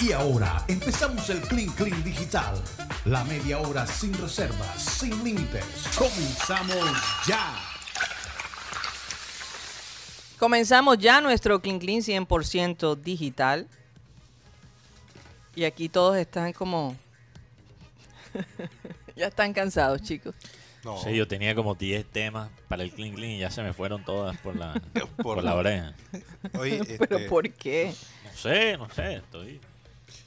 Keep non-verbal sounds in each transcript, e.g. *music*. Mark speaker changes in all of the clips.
Speaker 1: Y ahora empezamos el Clean Clean Digital. La media hora sin reservas, sin límites. Comenzamos ya.
Speaker 2: Comenzamos ya nuestro Clean Clean 100% digital. Y aquí todos están como... *laughs* ya están cansados, chicos.
Speaker 3: No. Sí, yo tenía como 10 temas para el Clean Clean y ya se me fueron todas por la, *laughs* por, la oreja.
Speaker 2: Oye, *laughs*
Speaker 4: Este,
Speaker 2: ¿Pero por qué?
Speaker 3: No sé, no sé, estoy...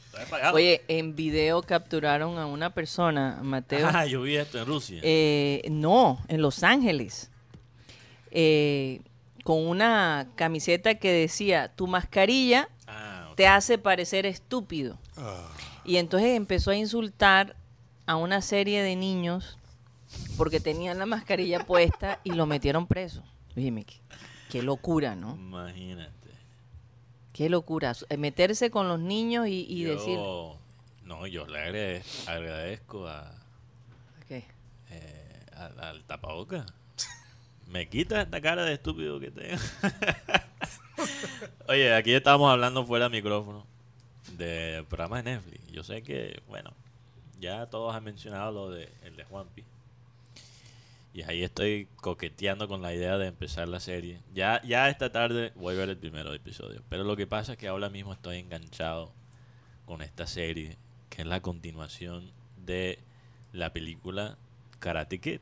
Speaker 3: estoy apagado.
Speaker 2: Oye, en video capturaron a una persona, Mateo.
Speaker 3: Ah, yo vi esto en Rusia.
Speaker 2: Eh, no, en Los Ángeles. Eh, con una camiseta que decía, tu mascarilla
Speaker 3: Ah, ok.
Speaker 2: te hace parecer estúpido. Y entonces empezó a insultar a una serie de niños porque tenían la mascarilla puesta y lo metieron preso. Dime, qué, qué locura, ¿no?
Speaker 3: Imagínate.
Speaker 2: Qué locura. Su- eh, Meterse con los niños y, y decir...
Speaker 3: Yo- No, yo le agradezco, agradezco a,
Speaker 2: ¿Qué?
Speaker 3: eh, al, al *laughs* tapaboca. Me quita esta cara de estúpido que tengo. Oye, aquí estábamos hablando fuera de micrófono de programas de Netflix. Yo sé que, bueno, ya todos han mencionado lo de el de Juanpi. Y ahí estoy coqueteando con la idea de empezar la serie. Ya, ya esta tarde voy a ver el primer episodio. Pero lo que pasa es que ahora mismo estoy enganchado con esta serie, que es la continuación de la película Karate Kid.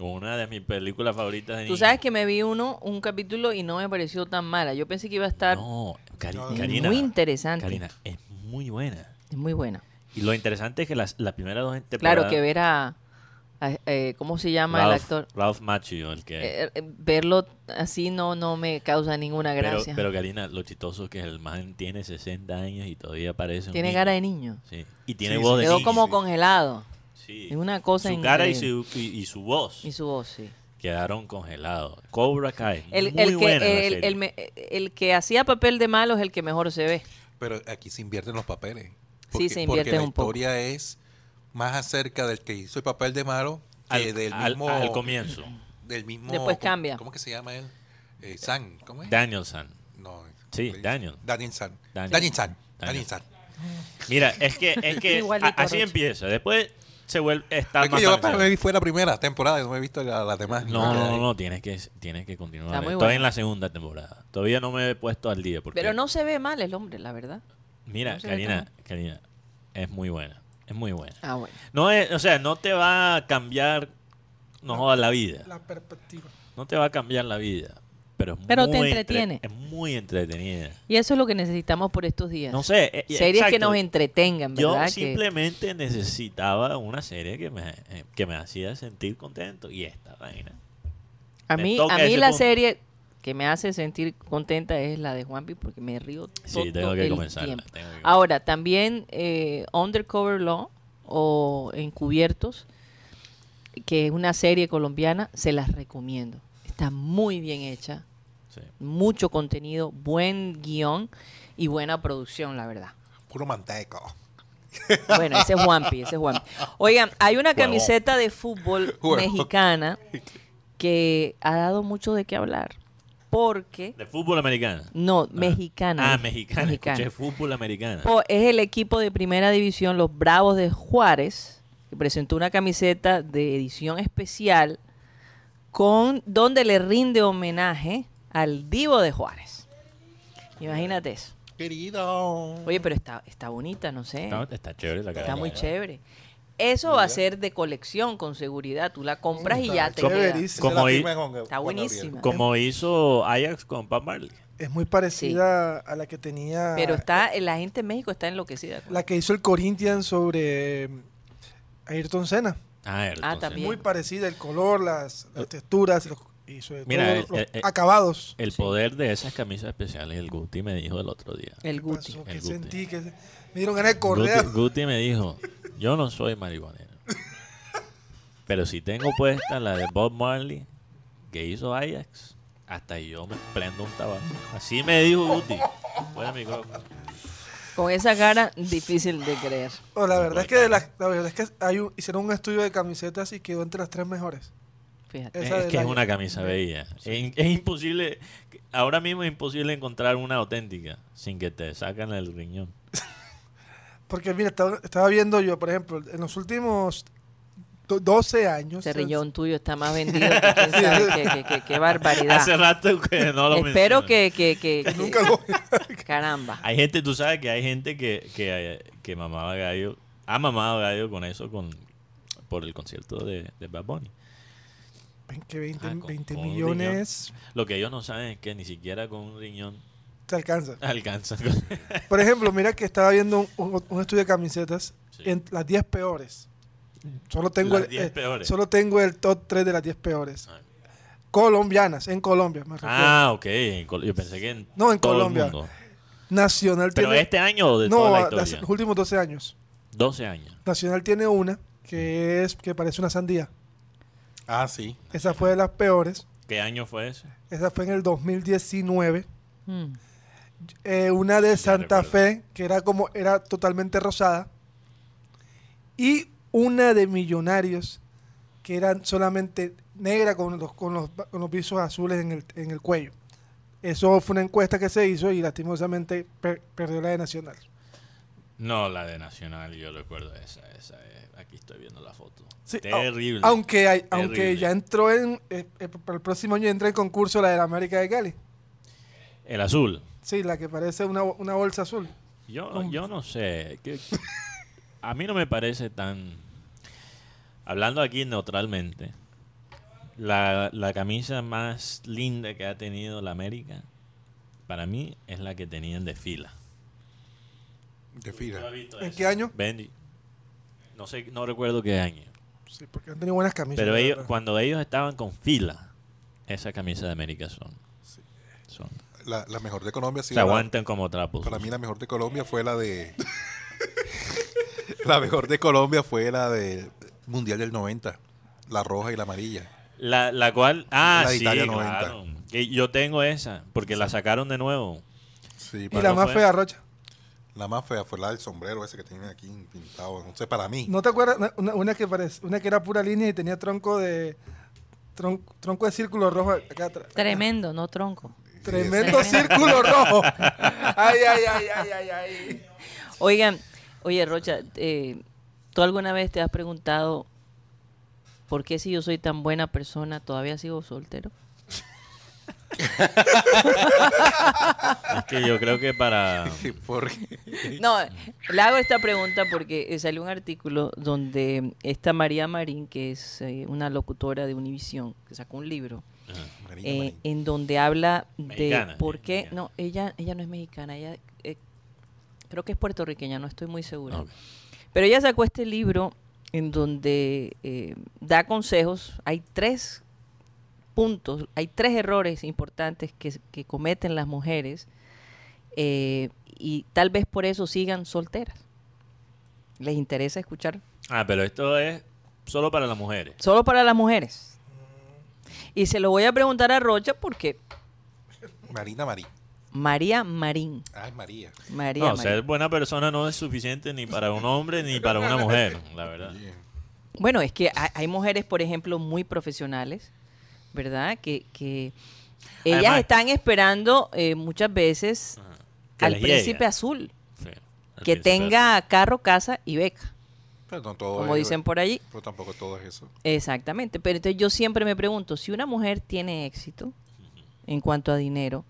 Speaker 3: Una de mis películas favoritas de
Speaker 2: Tú
Speaker 3: niño.
Speaker 2: sabes que me vi uno, un capítulo y no me pareció tan mala. Yo pensé que iba a estar...
Speaker 3: No, Cari-
Speaker 2: es
Speaker 3: Karina,
Speaker 2: muy interesante.
Speaker 3: Karina, es muy buena.
Speaker 2: Es muy buena.
Speaker 3: Y lo interesante es que las, las primeras dos
Speaker 2: Claro,
Speaker 3: temporadas...
Speaker 2: que ver a... a- eh, ¿Cómo se llama el
Speaker 3: Ralph-
Speaker 2: actor?
Speaker 3: Ralph Macchio, el que...
Speaker 2: Eh, eh, verlo así no, no me causa ninguna
Speaker 3: pero,
Speaker 2: gracia.
Speaker 3: pero Karina, lo chistoso es que el man tiene 60 años y todavía parece un
Speaker 2: tiene
Speaker 3: niño.
Speaker 2: cara de niño.
Speaker 3: Sí. Y tiene
Speaker 4: Sí,
Speaker 3: voz
Speaker 4: sí.
Speaker 3: de
Speaker 2: Quedó
Speaker 3: niño.
Speaker 2: como
Speaker 4: sí.
Speaker 2: congelado.
Speaker 3: Sí.
Speaker 2: es una cosa
Speaker 3: Su cara y su,
Speaker 2: increíble.
Speaker 3: y, y su voz
Speaker 2: Y su voz, sí.
Speaker 3: quedaron congelados. Cobra Kai,
Speaker 2: El,
Speaker 3: muy
Speaker 2: el que,
Speaker 3: buena la
Speaker 2: el,
Speaker 3: serie.
Speaker 2: el me- el que hacía papel de malo es el que mejor se ve.
Speaker 4: Pero aquí se invierten los papeles.
Speaker 2: Sí, se
Speaker 4: porque
Speaker 2: invierten
Speaker 4: la
Speaker 2: un poco.
Speaker 4: historia es más acerca del que hizo el papel de malo que
Speaker 3: al,
Speaker 4: del
Speaker 3: al-
Speaker 4: mismo.
Speaker 3: al comienzo.
Speaker 4: Del mismo
Speaker 2: Después
Speaker 4: ¿cómo-
Speaker 2: cambia.
Speaker 4: ¿Cómo que se llama él? Eh, San, ¿cómo es?
Speaker 3: Danielson.
Speaker 4: no,
Speaker 3: Sí,
Speaker 4: eh,
Speaker 3: Daniel.
Speaker 4: Daniel San.
Speaker 3: Daniel.
Speaker 4: Daniel San. Daniel
Speaker 3: Daniel.
Speaker 4: San.
Speaker 3: Mira, es que,
Speaker 2: *laughs*
Speaker 3: es que
Speaker 2: Igualito,
Speaker 3: a- así
Speaker 2: Rocha.
Speaker 3: empieza. Después se vuelve... Está
Speaker 4: Es
Speaker 3: más
Speaker 4: que yo
Speaker 3: balanceado.
Speaker 4: para mí fue la primera temporada, no me he visto la- las demás.
Speaker 3: No,
Speaker 4: Ni
Speaker 3: no,
Speaker 4: nada.
Speaker 3: no, no, tienes que, tienes que continuar.
Speaker 2: Está muy
Speaker 3: Estoy
Speaker 2: buena.
Speaker 3: en la segunda temporada. Todavía no me he puesto al día. Porque,
Speaker 2: Pero no se ve mal el hombre, la verdad.
Speaker 3: Mira,
Speaker 2: no se ve
Speaker 3: Karina, Karina, es muy buena. Es muy buena.
Speaker 2: Ah, bueno.
Speaker 3: No es, o sea, no te va a cambiar, no joda la vida.
Speaker 5: La perspectiva.
Speaker 3: No te va a cambiar la vida. Pero, es
Speaker 2: Pero
Speaker 3: muy
Speaker 2: te
Speaker 3: entre-
Speaker 2: entretiene.
Speaker 3: es muy entretenida.
Speaker 2: Y eso es lo que necesitamos por estos días.
Speaker 3: No sé. eh, eh,
Speaker 2: Series que
Speaker 3: exacto.
Speaker 2: nos entretengan,
Speaker 3: Yo
Speaker 2: ¿verdad? Que-
Speaker 3: simplemente necesitaba una serie que me, eh, que me hacía sentir contento. Y esta vaina.
Speaker 2: a
Speaker 3: me
Speaker 2: mí,
Speaker 3: toca
Speaker 2: a mí
Speaker 3: ese
Speaker 2: la
Speaker 3: punto.
Speaker 2: serie que me hace sentir contenta es la de Juanpi porque me río todo
Speaker 3: Sí, tengo que
Speaker 2: el
Speaker 3: comenzarla,
Speaker 2: tiempo.
Speaker 3: tengo que
Speaker 2: Ahora, también eh, Undercover Law o Encubiertos, que es una serie colombiana, se las recomiendo. Está muy bien hecha,
Speaker 3: Sí.
Speaker 2: mucho contenido, buen guión y buena producción, la verdad.
Speaker 4: Puro manteco.
Speaker 2: Bueno, ese es Juanpi, ese es Juanpi. Oigan, hay una
Speaker 3: Huevón.
Speaker 2: camiseta de fútbol
Speaker 3: *laughs*
Speaker 4: Huevón.
Speaker 2: mexicana que ha dado mucho de qué hablar. Porque,
Speaker 3: De fútbol americano.
Speaker 2: no, mexicana.
Speaker 3: Ah,
Speaker 2: dije,
Speaker 3: mexicana. Escuché fútbol americano.
Speaker 2: Po- Es el equipo de primera división, los Bravos de Juárez, que presentó una camiseta de edición especial con donde le rinde homenaje al Divo de Juárez. Imagínate eso.
Speaker 4: Querido.
Speaker 2: Oye, pero está, está bonita, no sé.
Speaker 3: Está, está chévere la cara.
Speaker 2: Está muy chévere. Eso va a ser de colección con seguridad. Tú la compras y ya te queda.
Speaker 5: chéverísimo.
Speaker 3: Como
Speaker 4: Se la
Speaker 3: ahí-
Speaker 4: firma con- con
Speaker 2: Está
Speaker 4: Gabriel.
Speaker 2: buenísima.
Speaker 3: Como hizo Ajax con Pam Marley.
Speaker 5: Es muy parecida a la que tenía.
Speaker 2: Pero está, la gente en México está enloquecida. con-
Speaker 5: La que hizo el Corinthians sobre eh, Ayrton Senna.
Speaker 3: Ah, Ayrton
Speaker 2: también.
Speaker 3: Senna.
Speaker 5: Muy parecida, el color, las, las texturas los- y sobre
Speaker 3: Eh, Mira,
Speaker 5: todo
Speaker 3: el-
Speaker 5: los
Speaker 3: el- el-
Speaker 5: acabados.
Speaker 3: El poder de esas camisas especiales, el Guti me dijo el otro día.
Speaker 2: El Guti.
Speaker 5: Pasó,
Speaker 3: el
Speaker 5: que
Speaker 3: Guti.
Speaker 5: sentí que se- me dieron ganas de correr.
Speaker 3: Guti, Guti me dijo, yo no soy marihuanero. Pero si tengo puesta la de Bob Marley, que hizo Ajax, hasta yo me prendo un tabaco. Así me dijo Guti. Fuera de micrófono.
Speaker 2: Con esa cara, difícil de creer.
Speaker 5: Oh, la verdad es que de las- la verdad es que hay un- hicieron un estudio de camisetas y quedó entre las tres mejores.
Speaker 2: Fíjate.
Speaker 5: Esa
Speaker 3: es
Speaker 5: de
Speaker 3: que
Speaker 5: la-
Speaker 3: es una camisa bella. Es, in- es imposible, ahora mismo es imposible encontrar una auténtica sin que te sacan el riñón.
Speaker 5: Porque mira, estaba, estaba viendo yo, por ejemplo, en los últimos do- 12 años.
Speaker 2: Ese riñón tuyo está más vendido. que quién sabe Qué, qué- qué- qué barbaridad.
Speaker 3: Hace rato que no lo
Speaker 2: Espero
Speaker 3: mencionan.
Speaker 2: que, que, que, que-
Speaker 5: Nunca lo
Speaker 2: Caramba.
Speaker 3: Hay gente, tú sabes que hay gente que, que, que mamaba gallo, ha mamado gallo con eso, con por el concierto de, de Bad Bunny.
Speaker 5: 20, 20,
Speaker 3: Ah, con-
Speaker 5: 20
Speaker 3: con un
Speaker 5: millones
Speaker 3: Lo que ellos no saben es que ni siquiera con un riñón *laughs*
Speaker 5: te alcanza.
Speaker 3: alcanzan.
Speaker 5: *laughs* Por ejemplo, mira que estaba viendo un, un- un estudio de camisetas
Speaker 3: Sí.
Speaker 5: en las 10 peores. Solo tengo,
Speaker 3: Las
Speaker 5: el,
Speaker 3: 10
Speaker 5: eh,
Speaker 3: peores.
Speaker 5: solo tengo el top 3 de las 10 peores.
Speaker 3: Ah.
Speaker 5: Colombianas, en Colombia. me refiero.
Speaker 3: *laughs* Ah, ok. en Col- Yo pensé que en
Speaker 5: No, en
Speaker 3: todo el
Speaker 5: Colombia.
Speaker 3: mundo.
Speaker 5: Nacional
Speaker 3: Pero
Speaker 5: tiene.
Speaker 3: este año o de
Speaker 5: no,
Speaker 3: toda la
Speaker 5: las-
Speaker 3: historia.
Speaker 5: los últimos 12 años.
Speaker 3: 12 años.
Speaker 5: Nacional tiene una
Speaker 3: Mm.
Speaker 5: que es que parece una sandía.
Speaker 4: Ah, sí.
Speaker 5: Esa fue de las peores.
Speaker 3: ¿Qué año fue ese?
Speaker 5: Esa fue en el 2019.
Speaker 2: Mm.
Speaker 5: Eh, una de Santa
Speaker 3: recuerdo.
Speaker 5: Fe, que era como, era totalmente rosada. Y una de Millonarios, que eran solamente negra con los, con los, con los visos azules en el, en el cuello. Eso fue una encuesta que se hizo y lastimosamente per- perdió la de Nacional.
Speaker 3: No, la de Nacional, yo recuerdo esa. esa es- Aquí estoy viendo la foto.
Speaker 5: Sí, au-
Speaker 3: Terrible.
Speaker 5: Aunque, hay- aunque
Speaker 3: Terrible.
Speaker 5: ya entró en, eh, eh, para el próximo año entra en concurso la de la América de Cali.
Speaker 3: El azul.
Speaker 5: Sí, la que parece una, bo- una bolsa azul.
Speaker 3: Yo,
Speaker 5: ¿Cómo?
Speaker 3: yo no sé. que- a mí no me parece tan. Hablando aquí neutralmente, la, la camisa más linda que ha tenido la América, para mí, es la que tenían de fila.
Speaker 4: De fila.
Speaker 5: ¿En qué año?
Speaker 3: Bendy. No sé, no recuerdo qué año.
Speaker 5: Sí, porque han tenido buenas camisas.
Speaker 3: Pero
Speaker 5: la
Speaker 3: ellos,
Speaker 5: verdad.
Speaker 3: cuando ellos estaban con fila, esa camisa de América son. son
Speaker 4: La, la mejor de Colombia sí.
Speaker 3: se
Speaker 4: la-
Speaker 3: aguantan como trapos.
Speaker 4: Para mí la mejor de Colombia fue la de... la mejor de Colombia fue la del Mundial del 90. La roja y la amarilla.
Speaker 3: La, la cual. Ah,
Speaker 4: La de
Speaker 3: sí,
Speaker 4: Italia 90.
Speaker 3: claro. Que yo tengo esa, porque la sacaron de nuevo.
Speaker 4: Sí,
Speaker 5: y
Speaker 4: para-
Speaker 5: la
Speaker 3: no
Speaker 5: más
Speaker 3: fue-
Speaker 5: fea, Rocha.
Speaker 4: la más fea fue la del sombrero ese que tienen aquí pintado. No sé, para mí.
Speaker 5: ¿No te acuerdas? Una- Una, una que parece, una que era pura línea y tenía tronco de tron- tronco de círculo rojo acá atrás.
Speaker 2: Tremendo, no tronco.
Speaker 5: Tremendo círculo rojo. Ay, ay, ay, ay, ay, ay.
Speaker 2: Oigan, oye, Rocha, eh, ¿tú alguna vez te has preguntado por qué si yo soy tan buena persona todavía sigo soltero?
Speaker 3: Es que yo creo
Speaker 4: *laughs*
Speaker 3: que
Speaker 4: Ah,
Speaker 3: *laughs* para.
Speaker 4: Porque
Speaker 2: No, le hago esta pregunta porque eh, salió un artículo donde esta María Marín, que es eh, una locutora de Univisión, que sacó un libro,
Speaker 4: Marina,
Speaker 2: eh,
Speaker 4: Marina.
Speaker 2: en donde habla de
Speaker 3: Mexicana,
Speaker 2: por
Speaker 3: sí,
Speaker 2: qué...
Speaker 3: mexicana.
Speaker 2: No, ella, ella no es mexicana, ella eh, creo que es puertorriqueña, no estoy muy segura.
Speaker 3: Ok.
Speaker 2: Pero ella sacó este libro en donde eh, da consejos. Hay tres puntos, hay tres errores importantes que, que cometen las mujeres eh, y tal vez por eso sigan solteras. ¿Les interesa escuchar?
Speaker 3: Ah, pero esto es solo para las mujeres.
Speaker 2: Solo para las mujeres. Y se lo voy a preguntar a Rocha porque
Speaker 4: Marina María.
Speaker 2: María Marín.
Speaker 4: Ay, María.
Speaker 2: María
Speaker 3: No,
Speaker 2: Marín.
Speaker 3: ser buena persona no es suficiente ni para un hombre ni para una mujer, la verdad.
Speaker 4: Bien.
Speaker 2: Bueno, es que hay, hay mujeres, por ejemplo, muy profesionales, ¿verdad? Que, que ellas
Speaker 3: Además-
Speaker 2: están esperando eh, muchas veces
Speaker 3: Ajá. Que
Speaker 2: al
Speaker 3: les
Speaker 2: príncipe
Speaker 3: llegue.
Speaker 2: azul,
Speaker 3: Sí, al
Speaker 2: que
Speaker 3: príncipe
Speaker 2: tenga
Speaker 3: azul.
Speaker 2: carro, casa y beca,
Speaker 4: Pero no todo
Speaker 2: como
Speaker 4: es-
Speaker 2: dicen por allí.
Speaker 4: Pero tampoco todo es eso.
Speaker 2: Exactamente, pero entonces yo siempre me pregunto, si una mujer tiene éxito en cuanto a dinero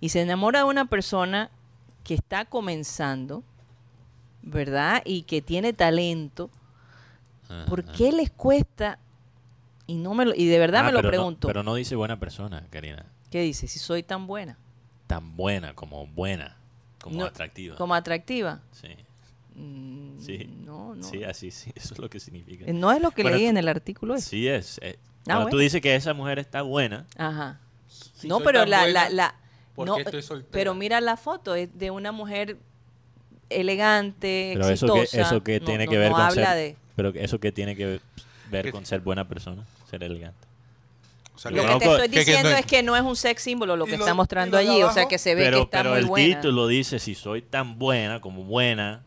Speaker 2: y se enamora de una persona que está comenzando, ¿verdad? Y que tiene talento,
Speaker 3: Ajá.
Speaker 2: ¿por qué les cuesta? Y no me lo- y de verdad
Speaker 3: Ah,
Speaker 2: me lo
Speaker 3: pero no-
Speaker 2: pregunto.
Speaker 3: pero no dice buena persona, Karina.
Speaker 2: ¿Qué dice? Si soy tan buena.
Speaker 3: Tan buena como buena, como
Speaker 2: No,
Speaker 3: atractiva.
Speaker 2: Como atractiva.
Speaker 3: Sí,
Speaker 2: Mm,
Speaker 3: Sí.
Speaker 2: No, no.
Speaker 3: sí, así, sí, eso es lo que significa.
Speaker 2: Eh, no es lo que
Speaker 3: Bueno,
Speaker 2: leí
Speaker 3: tú-
Speaker 2: en el artículo. ese.
Speaker 3: Sí es. eh,
Speaker 2: pues. Ah,
Speaker 3: cuando
Speaker 2: bueno.
Speaker 3: tú dices que esa mujer está buena,
Speaker 2: Ajá.
Speaker 4: Si
Speaker 2: no,
Speaker 4: soy
Speaker 2: pero
Speaker 4: tan
Speaker 2: la,
Speaker 4: buena,
Speaker 2: la, la-
Speaker 4: ¿por
Speaker 2: no,
Speaker 4: qué estoy
Speaker 2: eh,
Speaker 4: soltera?
Speaker 2: Pero mira la foto, es de una mujer elegante,
Speaker 3: pero eso que,
Speaker 2: exitosa.
Speaker 3: eso que
Speaker 2: No,
Speaker 3: tiene
Speaker 2: no,
Speaker 3: que ver
Speaker 2: no
Speaker 3: con
Speaker 2: habla
Speaker 3: ser,
Speaker 2: de
Speaker 3: pero eso que tiene que ver
Speaker 4: Que-
Speaker 3: con ser buena persona, ser elegante.
Speaker 4: O sea,
Speaker 3: Lo
Speaker 2: Lo que
Speaker 3: no,
Speaker 2: te
Speaker 3: co-
Speaker 2: estoy
Speaker 4: que- que
Speaker 2: diciendo
Speaker 4: no-
Speaker 2: es que no es un sex símbolo lo
Speaker 5: Y
Speaker 2: que
Speaker 5: lo-
Speaker 2: está mostrando
Speaker 5: y lo de
Speaker 2: allí, o sea
Speaker 5: abajo.
Speaker 2: que se ve que
Speaker 3: Pero,
Speaker 2: está
Speaker 3: pero
Speaker 2: muy
Speaker 3: el
Speaker 2: buena.
Speaker 3: título dice si soy tan buena como buena,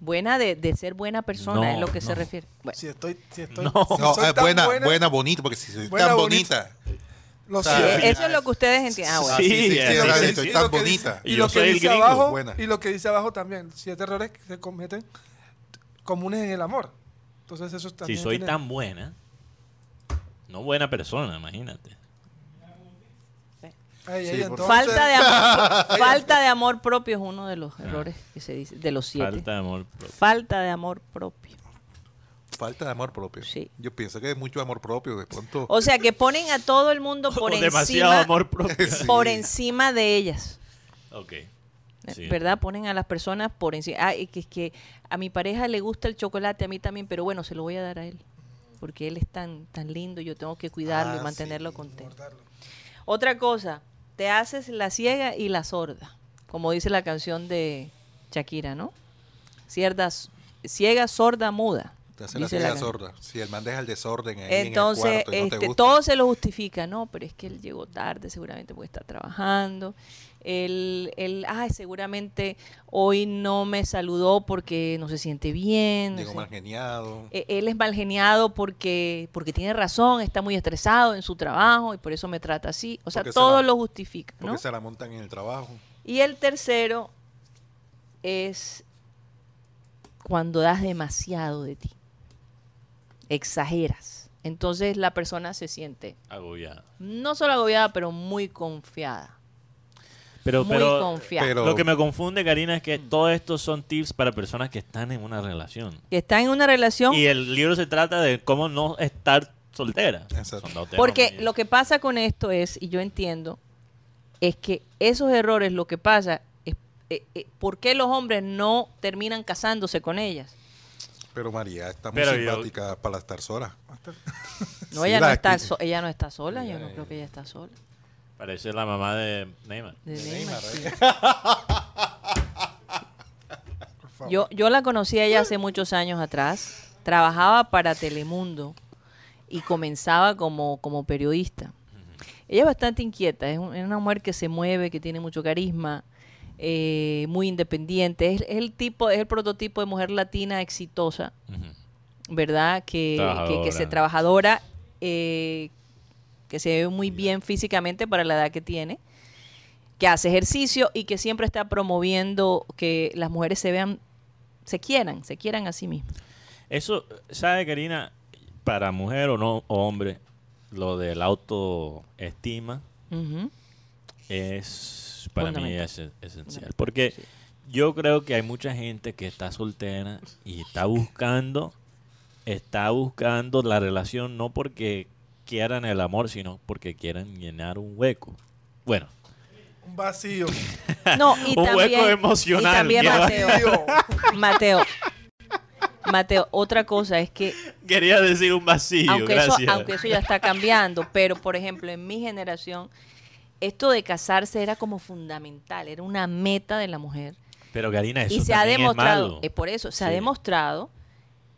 Speaker 2: Buena de, de ser buena persona,
Speaker 3: No,
Speaker 2: es lo que se
Speaker 3: no.
Speaker 2: refiere. Bueno,
Speaker 5: Si estoy, si estoy,
Speaker 3: No.
Speaker 5: si
Speaker 4: No,
Speaker 5: soy
Speaker 4: es
Speaker 5: tan
Speaker 4: buena, buena, bonita, porque si soy
Speaker 5: Buena,
Speaker 4: tan
Speaker 5: bonita.
Speaker 4: bonita.
Speaker 5: lo
Speaker 4: o sea,
Speaker 5: siento.
Speaker 4: sí,
Speaker 2: Eh, eso es lo que ustedes entienden. Ah, bueno.
Speaker 4: Ah, sí, sí,
Speaker 3: Sí,
Speaker 4: sí,
Speaker 3: sí,
Speaker 4: ahora
Speaker 3: sí,
Speaker 4: estoy
Speaker 5: sí,
Speaker 4: tan
Speaker 5: lo que dice-
Speaker 4: bonita.
Speaker 5: Y
Speaker 3: Yo
Speaker 5: lo que
Speaker 3: soy el
Speaker 5: dice
Speaker 3: gringo,
Speaker 5: abajo,
Speaker 4: buena.
Speaker 5: y lo que dice abajo también, siete errores que se cometen comunes en el amor. Entonces eso
Speaker 3: Si
Speaker 5: también
Speaker 3: soy
Speaker 5: tiene-
Speaker 3: tan buena, no buena persona, imagínate.
Speaker 5: Ay,
Speaker 4: Sí,
Speaker 5: ay,
Speaker 4: por
Speaker 5: entonces-
Speaker 2: Falta de,
Speaker 4: *laughs*
Speaker 2: amor, falta de amor propio es uno de los errores que se dice, de los siete.
Speaker 3: Falta de amor propio.
Speaker 2: Falta de amor propio.
Speaker 4: Falta de amor propio.
Speaker 2: Sí.
Speaker 4: Yo pienso que es mucho amor propio. De pronto.
Speaker 2: O sea, que ponen a todo el mundo por
Speaker 3: *laughs* O demasiado
Speaker 2: encima
Speaker 3: amor
Speaker 2: *laughs*
Speaker 3: propio.
Speaker 4: Sí.
Speaker 2: por encima de ellas.
Speaker 3: ok. Sí.
Speaker 2: Eh, ¿Verdad? Ponen a las personas por encima. Ah, y que es que a mi pareja le gusta el chocolate, a mí también, pero bueno, se lo voy a dar a él. Porque él es tan, tan lindo, yo tengo que cuidarlo y
Speaker 4: Ah,
Speaker 2: mantenerlo
Speaker 4: sí,
Speaker 2: contento. Otra cosa, te haces la ciega y la sorda, como dice la canción de Shakira, ¿no? Cierdas, ciega, sorda, muda.
Speaker 4: Te hace la
Speaker 2: dice
Speaker 4: ciega
Speaker 2: can-
Speaker 4: sorda. Si el man deja el desorden ahí en
Speaker 2: Entonces,
Speaker 4: el cuarto y no
Speaker 2: este,
Speaker 4: te gusta.
Speaker 2: todo se lo justifica, ¿no? Pero es que él llegó tarde, seguramente porque está trabajando. Él, él, ay, seguramente hoy no me saludó porque no se siente bien. no
Speaker 4: Llegó
Speaker 2: sé.
Speaker 4: mal geniado.
Speaker 2: Eh, Él es mal geniado porque, porque tiene razón, está muy estresado en su trabajo y por eso me trata así. O sea,
Speaker 4: Porque se
Speaker 2: todo
Speaker 4: la-
Speaker 2: lo justifica,
Speaker 4: porque
Speaker 2: ¿no?
Speaker 4: se la montan en el trabajo.
Speaker 2: Y el tercero es cuando das demasiado de ti. Exageras. Entonces la persona se siente
Speaker 3: Agobiada.
Speaker 2: no solo agobiada, pero muy confiada.
Speaker 3: Pero,
Speaker 2: muy
Speaker 3: pero,
Speaker 2: confiada.
Speaker 4: pero-
Speaker 3: lo que me confunde, Karina, es que todo esto son tips para personas que están en una relación.
Speaker 2: que está en una relación
Speaker 3: Y el libro se trata de cómo no estar soltera.
Speaker 4: Exacto.
Speaker 3: Son dos temas
Speaker 2: Porque
Speaker 3: muy-
Speaker 2: lo que pasa con esto es, y yo entiendo, es que esos errores, lo que pasa es, eh, eh, ¿por qué los hombres no terminan casándose con ellas?
Speaker 4: Pero María está muy
Speaker 3: Pero yo-
Speaker 4: simpática para estar sola.
Speaker 2: No,
Speaker 4: Sí,
Speaker 2: ella, no
Speaker 4: la-
Speaker 2: está so- ella no está sola, yo
Speaker 4: Ella
Speaker 2: no
Speaker 4: es-
Speaker 2: creo que ella está sola.
Speaker 3: Parece la mamá de Neymar.
Speaker 2: De
Speaker 4: De
Speaker 2: Neymar,
Speaker 4: Neymar,
Speaker 2: sí.
Speaker 4: ¿eh?
Speaker 2: Yo, yo la conocí a ella hace muchos años atrás. Trabajaba para Telemundo y comenzaba como, como periodista. Ella es bastante inquieta, es, un- es una mujer que se mueve, que tiene mucho carisma, eh, muy independiente. Es, es el tipo, es el prototipo de mujer latina exitosa,
Speaker 3: Ujú.
Speaker 2: ¿verdad? Que, que, que se
Speaker 3: Trabajadora.
Speaker 2: trabajadora, eh, que se ve muy bien físicamente para la edad que tiene, que hace ejercicio y que siempre está promoviendo que las mujeres se vean, se quieran, se quieran a sí mismas.
Speaker 3: Eso, ¿sabe, Karina? Para mujer o no o hombre, lo del autoestima
Speaker 2: Ujú.
Speaker 3: es para mí
Speaker 2: Fundamental.
Speaker 3: es es- esencial. Porque yo creo que hay mucha gente que está soltera y está buscando, está buscando la relación no porque quieran el amor, sino porque quieran llenar un hueco. Bueno,
Speaker 5: Un vacío.
Speaker 3: *laughs*
Speaker 2: No, y
Speaker 3: Un
Speaker 2: también,
Speaker 3: hueco emocional,
Speaker 2: Y también
Speaker 3: mierda.
Speaker 2: Mateo,
Speaker 3: *laughs*
Speaker 5: Vacío.
Speaker 2: Mateo, Mateo, otra cosa es que
Speaker 3: quería decir un vacío,
Speaker 2: aunque eso,
Speaker 3: gracias.
Speaker 2: aunque eso ya está cambiando, pero por ejemplo, en mi generación, esto de casarse era como fundamental, era una meta de la mujer.
Speaker 3: Pero Karina, eso
Speaker 2: y se ha
Speaker 3: también es
Speaker 2: demostrado,
Speaker 3: malo.
Speaker 2: es por eso, se ha
Speaker 3: Sí.
Speaker 2: demostrado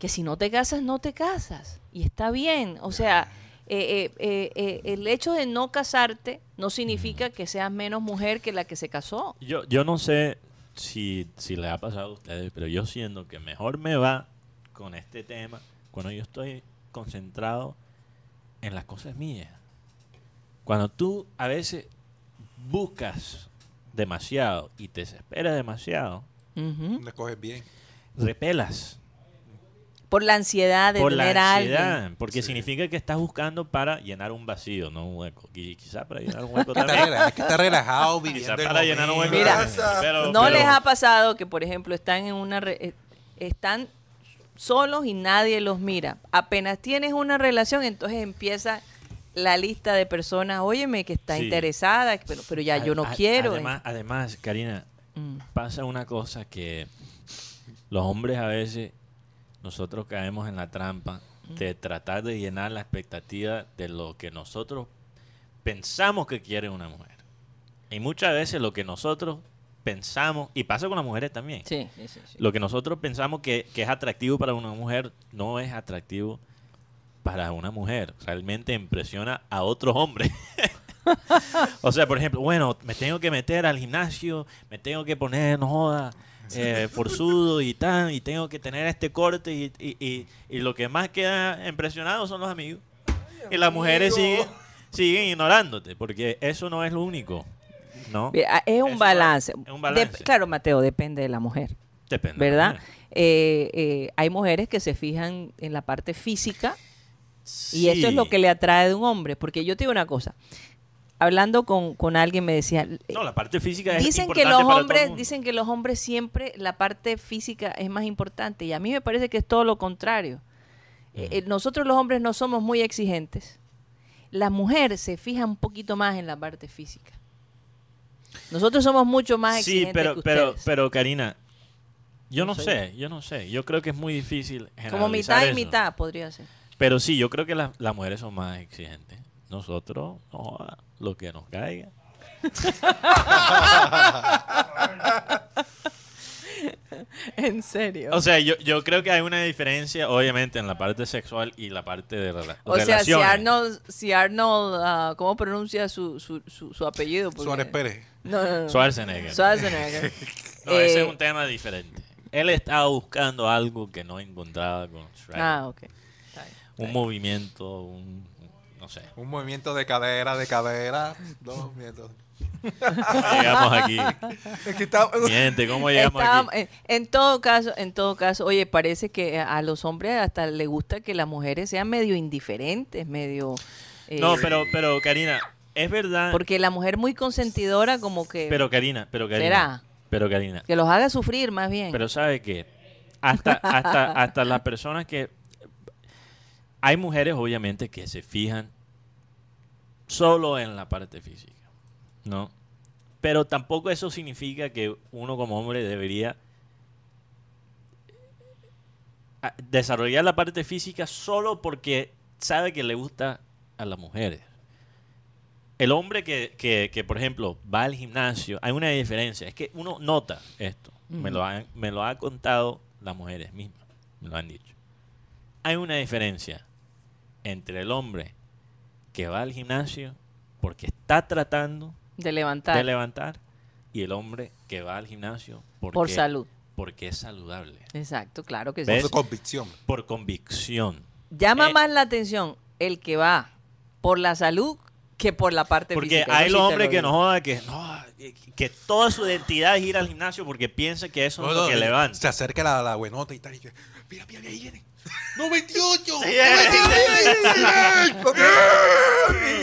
Speaker 2: que si no te casas, no te casas. Y está bien. O sea, eh, eh, eh, eh, el hecho de no casarte no significa que seas menos mujer que la que se casó.
Speaker 3: Yo, yo no sé si, si les ha pasado a ustedes, pero yo siento que mejor me va con este tema cuando yo estoy concentrado en las cosas mías. Cuando tú a veces buscas demasiado y te desesperas demasiado,
Speaker 2: Ujú.
Speaker 4: No coges bien.
Speaker 3: repelas
Speaker 2: Por la ansiedad de
Speaker 3: por
Speaker 2: tener
Speaker 3: la
Speaker 2: a
Speaker 3: ansiedad,
Speaker 2: alguien.
Speaker 3: porque
Speaker 4: Sí.
Speaker 3: significa que estás buscando para llenar un vacío, no un hueco. Y quizás para llenar un *laughs* hueco
Speaker 4: Está
Speaker 3: también.
Speaker 4: rela- es que está relajado viviendo
Speaker 3: Quizás
Speaker 4: el
Speaker 3: para llenar un hueco.
Speaker 4: momento.
Speaker 2: Mira,
Speaker 3: pero-
Speaker 2: no
Speaker 3: pero-
Speaker 2: les ha pasado que, por ejemplo, están en una re- eh, están solos y nadie los mira. Apenas tienes una relación, entonces empieza la lista de personas, óyeme, que está
Speaker 3: Sí.
Speaker 2: interesada, pero, pero ya yo no
Speaker 3: A- a-
Speaker 2: quiero. eh.
Speaker 3: Además, además, Karina,
Speaker 2: Mm.
Speaker 3: pasa una cosa que los hombres a veces nosotros caemos en la trampa
Speaker 2: Mm.
Speaker 3: de tratar de llenar la expectativa de lo que nosotros pensamos que quiere una mujer. Y muchas veces lo que nosotros pensamos, y pasa con las mujeres también,
Speaker 2: Sí, sí, sí, sí.
Speaker 3: lo que nosotros pensamos que, que es atractivo para una mujer no es atractivo para una mujer. Realmente impresiona a otros hombres. *laughs* o sea, por ejemplo, bueno, me tengo que meter al gimnasio, me tengo que poner, no joda, eh, forzudo y tan, y tengo que tener este corte y, y, y- y lo que más queda impresionado son los amigos. Y las mujeres siguen, siguen ignorándote, porque eso no es lo único, ¿no?
Speaker 2: Mira, ah, Es
Speaker 3: Eso
Speaker 2: un
Speaker 3: va-
Speaker 2: balance.
Speaker 3: es un balance.
Speaker 2: Dep- claro, Mateo, depende de la mujer,
Speaker 3: Depende.
Speaker 2: ¿verdad? Eh, eh, hay mujeres que se fijan en la parte física y eso es lo que le atrae de un hombre. Porque yo te digo una cosa. Hablando con, con alguien me decía,
Speaker 3: No, la parte física es
Speaker 2: dicen que
Speaker 3: importante
Speaker 2: los
Speaker 3: para todo el
Speaker 2: hombres
Speaker 3: mundo.
Speaker 2: dicen que los hombres siempre la parte física es más importante y a mí me parece que es todo lo contrario Eh, eh, nosotros los hombres no somos muy exigentes las mujeres se fijan un poquito más en la parte física nosotros somos mucho más
Speaker 3: Sí,
Speaker 2: exigentes
Speaker 3: pero,
Speaker 2: que
Speaker 3: pero,
Speaker 2: ustedes.
Speaker 3: pero Karina, yo no
Speaker 2: soy
Speaker 3: sé, yo no sé. Yo creo que es muy difícil
Speaker 2: como
Speaker 3: generalizar
Speaker 2: mitad y
Speaker 3: eso.
Speaker 2: mitad podría ser
Speaker 3: Pero sí, yo creo que las, las mujeres son más exigentes. Nosotros, no joda, lo que nos caiga.
Speaker 2: en serio
Speaker 3: O sea, yo, yo creo que hay una diferencia, obviamente, en la parte sexual y la parte de rela-
Speaker 2: O sea, si
Speaker 3: relaciones.
Speaker 2: Arnold, si Arnold ah, ¿cómo pronuncia su, su, su, su apellido? Porque-
Speaker 4: Suárez Pérez.
Speaker 2: No, no, no.
Speaker 3: Schwarzenegger.
Speaker 2: Schwarzenegger.
Speaker 3: *laughs* No, ese
Speaker 2: Eh,
Speaker 3: es un tema diferente. Él estaba buscando algo que no encontraba con Shrek.
Speaker 2: Ah, ok. Está bien.
Speaker 3: un movimiento, un... no sé.
Speaker 4: Un movimiento de cadera, de cadera. Dos movimientos.
Speaker 3: Llegamos aquí.
Speaker 5: Es que está-
Speaker 2: *laughs*
Speaker 3: Miente, ¿cómo *laughs* llegamos
Speaker 2: Estábamos-
Speaker 3: aquí?
Speaker 2: en, en todo caso, en todo caso, oye, parece que a a los hombres hasta les gusta que las mujeres sean medio indiferentes, medio... eh,
Speaker 3: No, pero, pero Karina, es verdad.
Speaker 2: Porque la mujer muy consentidora como que...
Speaker 3: Pero Karina, pero Karina.
Speaker 2: ¿Será?
Speaker 3: Pero Karina.
Speaker 2: que los haga sufrir más bien.
Speaker 3: Pero sabe que hasta,
Speaker 2: *laughs*
Speaker 3: hasta, hasta las personas que... Hay mujeres, obviamente, que se fijan solo en la parte física, ¿no? Pero tampoco eso significa que uno como hombre debería ah, desarrollar la parte física solo porque sabe que le gusta a las mujeres. El hombre que, que- que, por ejemplo, va al gimnasio, hay una diferencia. Es que uno nota esto. me, lo han, me lo han contado las mujeres mismas. Me lo han dicho. Hay una diferencia entre el hombre que va al gimnasio porque está tratando
Speaker 2: de levantar.
Speaker 3: de levantar y el hombre que va al gimnasio porque,
Speaker 2: por salud.
Speaker 3: porque es saludable.
Speaker 2: Exacto, claro que sí.
Speaker 3: ¿Ves?
Speaker 4: Su convicción.
Speaker 3: Por convicción.
Speaker 2: Llama
Speaker 3: Eh,
Speaker 2: más la atención el que va por la salud que por la parte
Speaker 3: Porque
Speaker 2: física. Eso
Speaker 3: hay
Speaker 2: sí
Speaker 3: los
Speaker 2: te
Speaker 3: hombres
Speaker 2: lo
Speaker 3: que
Speaker 2: digo.
Speaker 3: no joda que no, que- que toda su identidad es ir al gimnasio porque piensa que eso es lo que levanta.
Speaker 4: Se acerca la, la buenota y tal. Y que, mira, mira, que ahí
Speaker 2: *laughs*
Speaker 4: viene. ¡98!
Speaker 5: *laughs*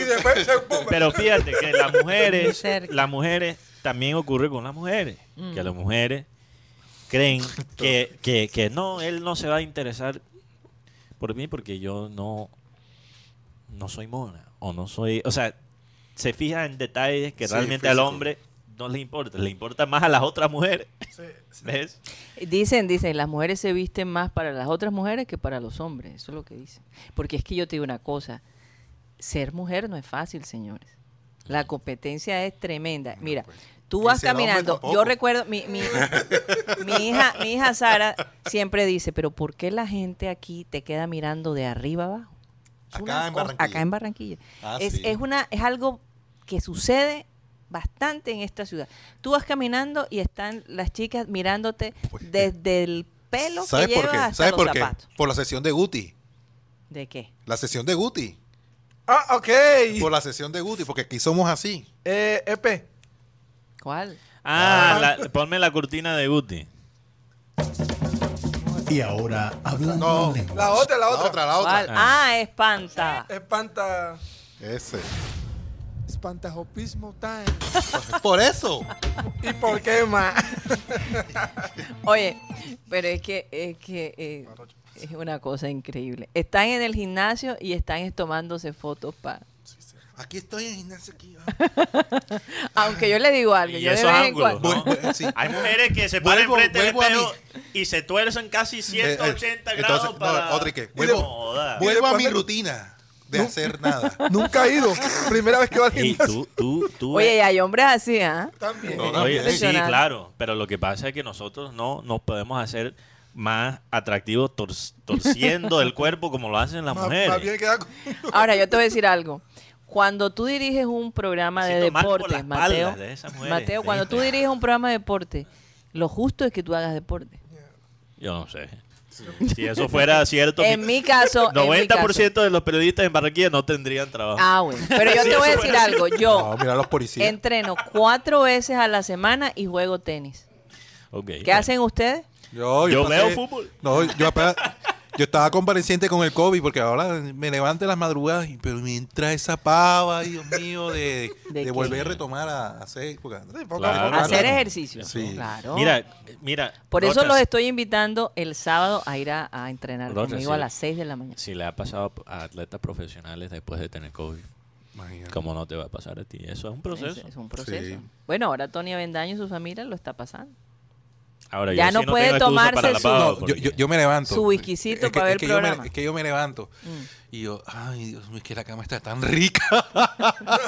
Speaker 2: *laughs*
Speaker 5: y después se- ¡pum!
Speaker 3: Pero fíjate que las
Speaker 2: Ni
Speaker 3: mujeres,
Speaker 2: cerca.
Speaker 3: las mujeres también ocurre con las mujeres, que las mujeres
Speaker 4: *laughs*
Speaker 3: creen que, que, que no, él no se va a interesar por mí porque yo no, no soy mona o no soy, o sea, se fija en detalles que
Speaker 4: Sí,
Speaker 3: realmente al
Speaker 4: físico.
Speaker 3: hombre no le importa, le importa más a las otras mujeres, ¿ves?
Speaker 2: Dicen, dicen, las mujeres se visten más para las otras mujeres que para los hombres. Eso es lo que dicen. Porque es que yo te digo una cosa, ser mujer no es fácil, señores. La competencia es tremenda. Mira, tú
Speaker 4: Y
Speaker 2: vas
Speaker 4: ser pues, hombre
Speaker 2: caminando.
Speaker 4: tampoco.
Speaker 2: Yo recuerdo, mi, mi- mi hija, mi hija Sara siempre dice, pero ¿por qué la gente aquí te queda mirando de arriba abajo? Es una
Speaker 4: Acá en
Speaker 2: cosa-
Speaker 4: Barranquilla.
Speaker 2: Acá en Barranquilla.
Speaker 4: Ah,
Speaker 2: es,
Speaker 4: sí.
Speaker 2: es una, es algo que sucede bastante en esta ciudad. Tú vas caminando y están las chicas mirándote
Speaker 4: Pues,
Speaker 2: desde el pelo que
Speaker 4: ¿Sabes por
Speaker 2: llevas
Speaker 4: qué?
Speaker 2: hasta
Speaker 4: ¿Sabes
Speaker 2: los
Speaker 4: por qué?
Speaker 2: zapatos.
Speaker 4: Por la sesión de Guti.
Speaker 2: ¿De qué?
Speaker 4: La sesión de Guti.
Speaker 5: Ah, ok.
Speaker 4: Por la sesión de Guti, porque aquí somos así.
Speaker 5: Eh, EP.
Speaker 2: ¿Cuál?
Speaker 3: Ah, la- ponme la cortina de Guti.
Speaker 1: Y ahora, hablando
Speaker 4: No,
Speaker 1: en lenguas,
Speaker 5: La otra, la
Speaker 4: La
Speaker 5: otra.
Speaker 4: otra, la
Speaker 2: ¿Cuál?
Speaker 4: otra.
Speaker 2: Ah, espanta.
Speaker 5: Espanta.
Speaker 4: Ese.
Speaker 5: Espantajopismo time.
Speaker 4: Por eso.
Speaker 5: ¿Y por qué más?
Speaker 2: Oye, pero es que, es que eh, es una cosa increíble. Están en el gimnasio y están tomándose fotos para.
Speaker 4: Aquí estoy en gimnasio. Aquí, ah.
Speaker 2: Aunque yo le digo algo,
Speaker 3: Y
Speaker 2: yo de
Speaker 3: esos
Speaker 2: vez en
Speaker 3: ángulos,
Speaker 2: cuando-
Speaker 3: ¿no?
Speaker 4: Bueno, eh, sí.
Speaker 3: Hay mujeres que se paran
Speaker 4: Vuelvo-
Speaker 3: frente del
Speaker 4: vuelvo a
Speaker 3: espejo
Speaker 4: mí.
Speaker 3: y se tuercen casi 180
Speaker 4: Eh, eh,
Speaker 3: grados
Speaker 4: entonces, no,
Speaker 3: para...
Speaker 4: otra y que,
Speaker 3: No
Speaker 4: vuelvo-
Speaker 3: joda.
Speaker 4: Vuelvo a mi
Speaker 5: Después de-
Speaker 4: rutina de hacer nada.
Speaker 5: Nunca he ido. Primera vez que va al
Speaker 3: Ey,
Speaker 5: gimnasio.
Speaker 3: tú, tú, tú...
Speaker 2: Oye, y hay hombres así, ¿ah?
Speaker 5: También.
Speaker 4: No, no,
Speaker 3: Oye, sí,
Speaker 2: Impresionante.
Speaker 3: claro. Pero lo que pasa es que nosotros no nos podemos hacer más atractivos tor- torciendo el cuerpo como lo hacen las
Speaker 5: Más- Más
Speaker 3: mujeres.
Speaker 5: bien queda con-
Speaker 2: Ahora, yo te voy a decir algo. Cuando tú diriges un programa de
Speaker 3: Siento mal por
Speaker 2: deportes,
Speaker 3: las palmas
Speaker 2: Mateo,
Speaker 3: de esas mujeres,
Speaker 2: Mateo, cuando tú
Speaker 3: ¿viste?
Speaker 2: diriges un programa de deporte, Lo justo es que tú hagas deporte.
Speaker 3: Yo no sé. Si eso fuera cierto,
Speaker 2: En mi caso, en mi
Speaker 3: 90% de los periodistas en Barranquilla no tendrían trabajo.
Speaker 2: Ah, bueno. Pero yo
Speaker 3: Sí,
Speaker 2: te voy a
Speaker 3: eso
Speaker 2: decir
Speaker 3: fuera
Speaker 2: algo.
Speaker 4: No,
Speaker 2: Yo
Speaker 4: mira a los policías.
Speaker 2: entreno cuatro veces a la semana y juego tenis.
Speaker 3: Ok.
Speaker 2: ¿Qué hacen ustedes?
Speaker 4: Yo,
Speaker 3: Yo
Speaker 4: pasé-
Speaker 3: veo fútbol.
Speaker 4: No, yo, apenas- yo estaba compareciente con el COVID porque ahora me levanto en las madrugadas y pero me entra esa pava, Dios mío, de,
Speaker 2: *laughs* ¿De
Speaker 4: de
Speaker 2: qué?
Speaker 4: volver a retomar a, a hacer. porque-
Speaker 3: Claro,
Speaker 2: Hacer
Speaker 3: claro.
Speaker 2: ejercicio.
Speaker 4: Sí.
Speaker 2: Claro.
Speaker 3: Mira, mira.
Speaker 2: Por eso los
Speaker 3: Rochas,
Speaker 2: estoy invitando el sábado a ir a, a entrenar
Speaker 3: Rocha,
Speaker 2: conmigo
Speaker 3: sí.
Speaker 2: a las 6 de la mañana.
Speaker 3: Si le ha pasado a atletas profesionales después de tener COVID,
Speaker 4: Imagínate.
Speaker 3: ¿cómo no te va a pasar a ti? Eso es un
Speaker 2: Es,
Speaker 3: proceso.
Speaker 2: es un proceso.
Speaker 4: Sí.
Speaker 2: Bueno, ahora Tony Avendaño y su familia lo está pasando.
Speaker 3: Ahora,
Speaker 2: Ya
Speaker 3: yo sí
Speaker 2: no puede
Speaker 3: tengo excusa
Speaker 2: tomarse
Speaker 3: para la
Speaker 2: su-
Speaker 3: pava,
Speaker 4: No, yo,
Speaker 3: porque-
Speaker 4: yo- yo me levanto.
Speaker 2: Su whiskycito
Speaker 4: Es que-
Speaker 2: para ver
Speaker 4: es que
Speaker 2: el
Speaker 4: yo me-
Speaker 2: programa. Mm.
Speaker 4: es que yo me levanto y yo, ay, Dios mío, es que la cama está tan rica. *laughs*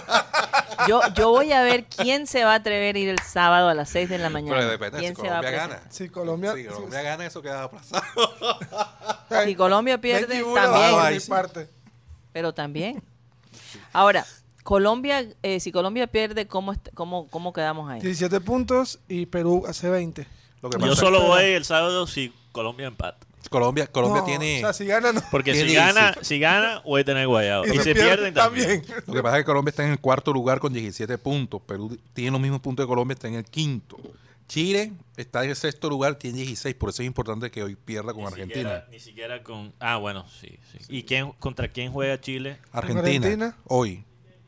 Speaker 2: Yo, yo voy a ver quién se va a atrever a ir el sábado a las 6 de la mañana.
Speaker 4: Pero depende,
Speaker 2: ¿Quién
Speaker 4: si
Speaker 2: se va a
Speaker 4: Colombia
Speaker 2: presentar?
Speaker 4: gana.
Speaker 5: Si Colombia,
Speaker 4: Si
Speaker 5: si-
Speaker 4: Colombia gana, eso queda aplazado. *laughs*
Speaker 2: Si Colombia pierde,
Speaker 5: Benji Bula va
Speaker 2: también.
Speaker 5: por
Speaker 4: Ay,
Speaker 5: mi
Speaker 4: sí.
Speaker 5: Ah, parte.
Speaker 2: Pero también. Ahora, Colombia, eh, si Colombia pierde, ¿cómo, est- cómo, cómo quedamos ahí?
Speaker 5: 17 puntos y Perú hace 20.
Speaker 4: Lo que
Speaker 3: Yo
Speaker 4: pasa
Speaker 3: solo
Speaker 5: pero-
Speaker 3: voy el sábado si Colombia empata.
Speaker 4: es que Colombia, Colombia
Speaker 5: No,
Speaker 4: tiene.
Speaker 5: O sea, si gana, no.
Speaker 3: Porque
Speaker 4: Bien
Speaker 3: si
Speaker 4: easy.
Speaker 3: gana, si gana, voy a tener guayado. Y, si pierden también.
Speaker 4: Lo que pasa es que Colombia está en el cuarto lugar con 17 puntos. Perú tiene los mismos puntos de Colombia, está en el quinto. Chile está en el sexto lugar, tiene 16. Por eso es importante que hoy pierda con
Speaker 3: Ni
Speaker 4: Argentina.
Speaker 3: siquiera, ni siquiera con. Ah, bueno, sí. sí. ¿Y quién, contra quién juega Chile?
Speaker 4: Argentina,
Speaker 5: Argentina.
Speaker 4: hoy,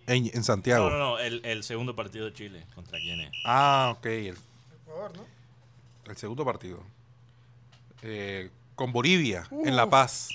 Speaker 4: en, en Santiago.
Speaker 3: No, no, no. El, el segundo partido de Chile. ¿Contra quién es?
Speaker 4: Ah, ok. El, el segundo partido. Eh, con Bolivia, en La Paz.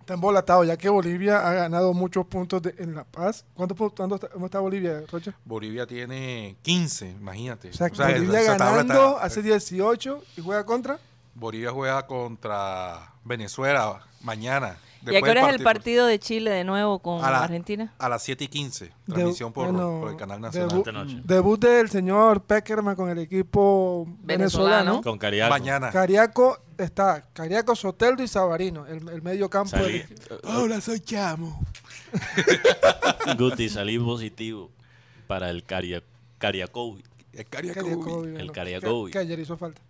Speaker 5: Está embolatado, ya que Bolivia ha ganado muchos puntos de- en La Paz. ¿Cuántos puntos cuánto está, cómo está Bolivia, Rocha?
Speaker 4: Bolivia tiene 15, imagínate.
Speaker 5: O sea,
Speaker 4: O sea,
Speaker 5: Bolivia
Speaker 4: esa tabla está-
Speaker 5: ganando hace 18 y juega contra.
Speaker 4: Bolivia juega contra Venezuela mañana.
Speaker 2: ¿Y a qué
Speaker 4: Después del pues.
Speaker 2: hora es el partido de Chile de nuevo con
Speaker 4: A la-
Speaker 2: Argentina?
Speaker 4: A las 7 y 15.
Speaker 5: De-
Speaker 4: Transmisión por,
Speaker 5: bueno,
Speaker 4: por el canal
Speaker 5: debu-
Speaker 4: nacional.
Speaker 3: Esta noche.
Speaker 5: Debut del señor Peckerman con el equipo venezolano.
Speaker 2: Venezolano.
Speaker 3: Con Cariaco.
Speaker 4: Mañana.
Speaker 5: Cariaco está, Cariaco, Soteldo y Sabarino, el, el medio campo.
Speaker 3: Salí,
Speaker 5: del- Hola, soy Chamo.
Speaker 3: Guti, salí positivo para el Caria, Cariaco.
Speaker 4: El Cariaco.
Speaker 5: Cariaco,
Speaker 4: Uy.
Speaker 5: bueno,
Speaker 3: Cariaco.
Speaker 5: Que, que ayer hizo falta.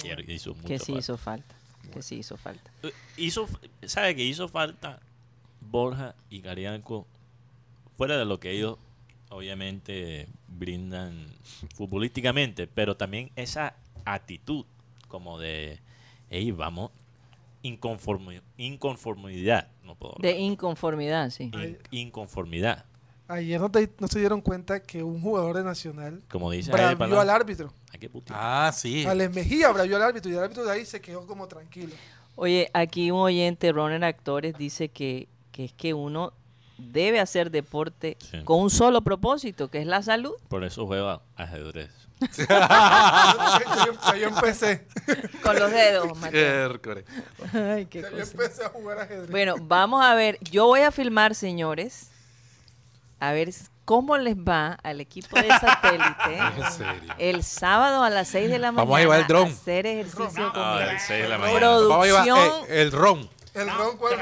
Speaker 3: Que hizo mucha
Speaker 2: Que sí
Speaker 3: falta.
Speaker 2: hizo falta. Que sí hizo falta.
Speaker 3: Eh, hizo sabe que hizo falta Borja y Cariaco fuera de lo que ellos obviamente brindan futbolísticamente pero también esa actitud como de hey vamos inconformi- inconformidad no puedo
Speaker 2: De
Speaker 3: hablar.
Speaker 2: inconformidad, sí.
Speaker 3: In- inconformidad
Speaker 5: Ayer no, te- no se dieron cuenta que un jugador de Nacional
Speaker 3: como dice Jair
Speaker 5: bravió
Speaker 3: Palabra.
Speaker 5: al árbitro.
Speaker 3: Ay, qué puto.
Speaker 4: Ah, sí.
Speaker 5: Alex Mejía bravió al árbitro y el árbitro de ahí se quedó
Speaker 4: *laughs*
Speaker 5: como tranquilo.
Speaker 2: Oye, aquí un oyente, Roner Actores, dice que, que es que uno debe hacer deporte
Speaker 3: Sí.
Speaker 2: con un solo propósito, que es la salud.
Speaker 3: por eso juega ajedrez
Speaker 5: yo, yo- yo
Speaker 4: *laughs*
Speaker 5: empecé,
Speaker 2: Con los dedos, Mateo.
Speaker 4: Miércoles.
Speaker 2: Ay, qué
Speaker 5: yo
Speaker 2: cosa.
Speaker 5: empecé a jugar ajedrez.
Speaker 2: Bueno, vamos a ver. Yo voy a filmar, señores. A ver s- cómo les va al equipo de
Speaker 3: *laughs*
Speaker 4: En
Speaker 2: satélite
Speaker 4: serio.
Speaker 2: el sábado a las 6 de la mañana.
Speaker 4: Vamos a llevar el dron.
Speaker 2: Hacer ejercicio con
Speaker 3: Ah, el seis de la mañana.
Speaker 4: Vamos a llevar
Speaker 2: producción.
Speaker 4: eh, el ron.
Speaker 5: el ron cuadro-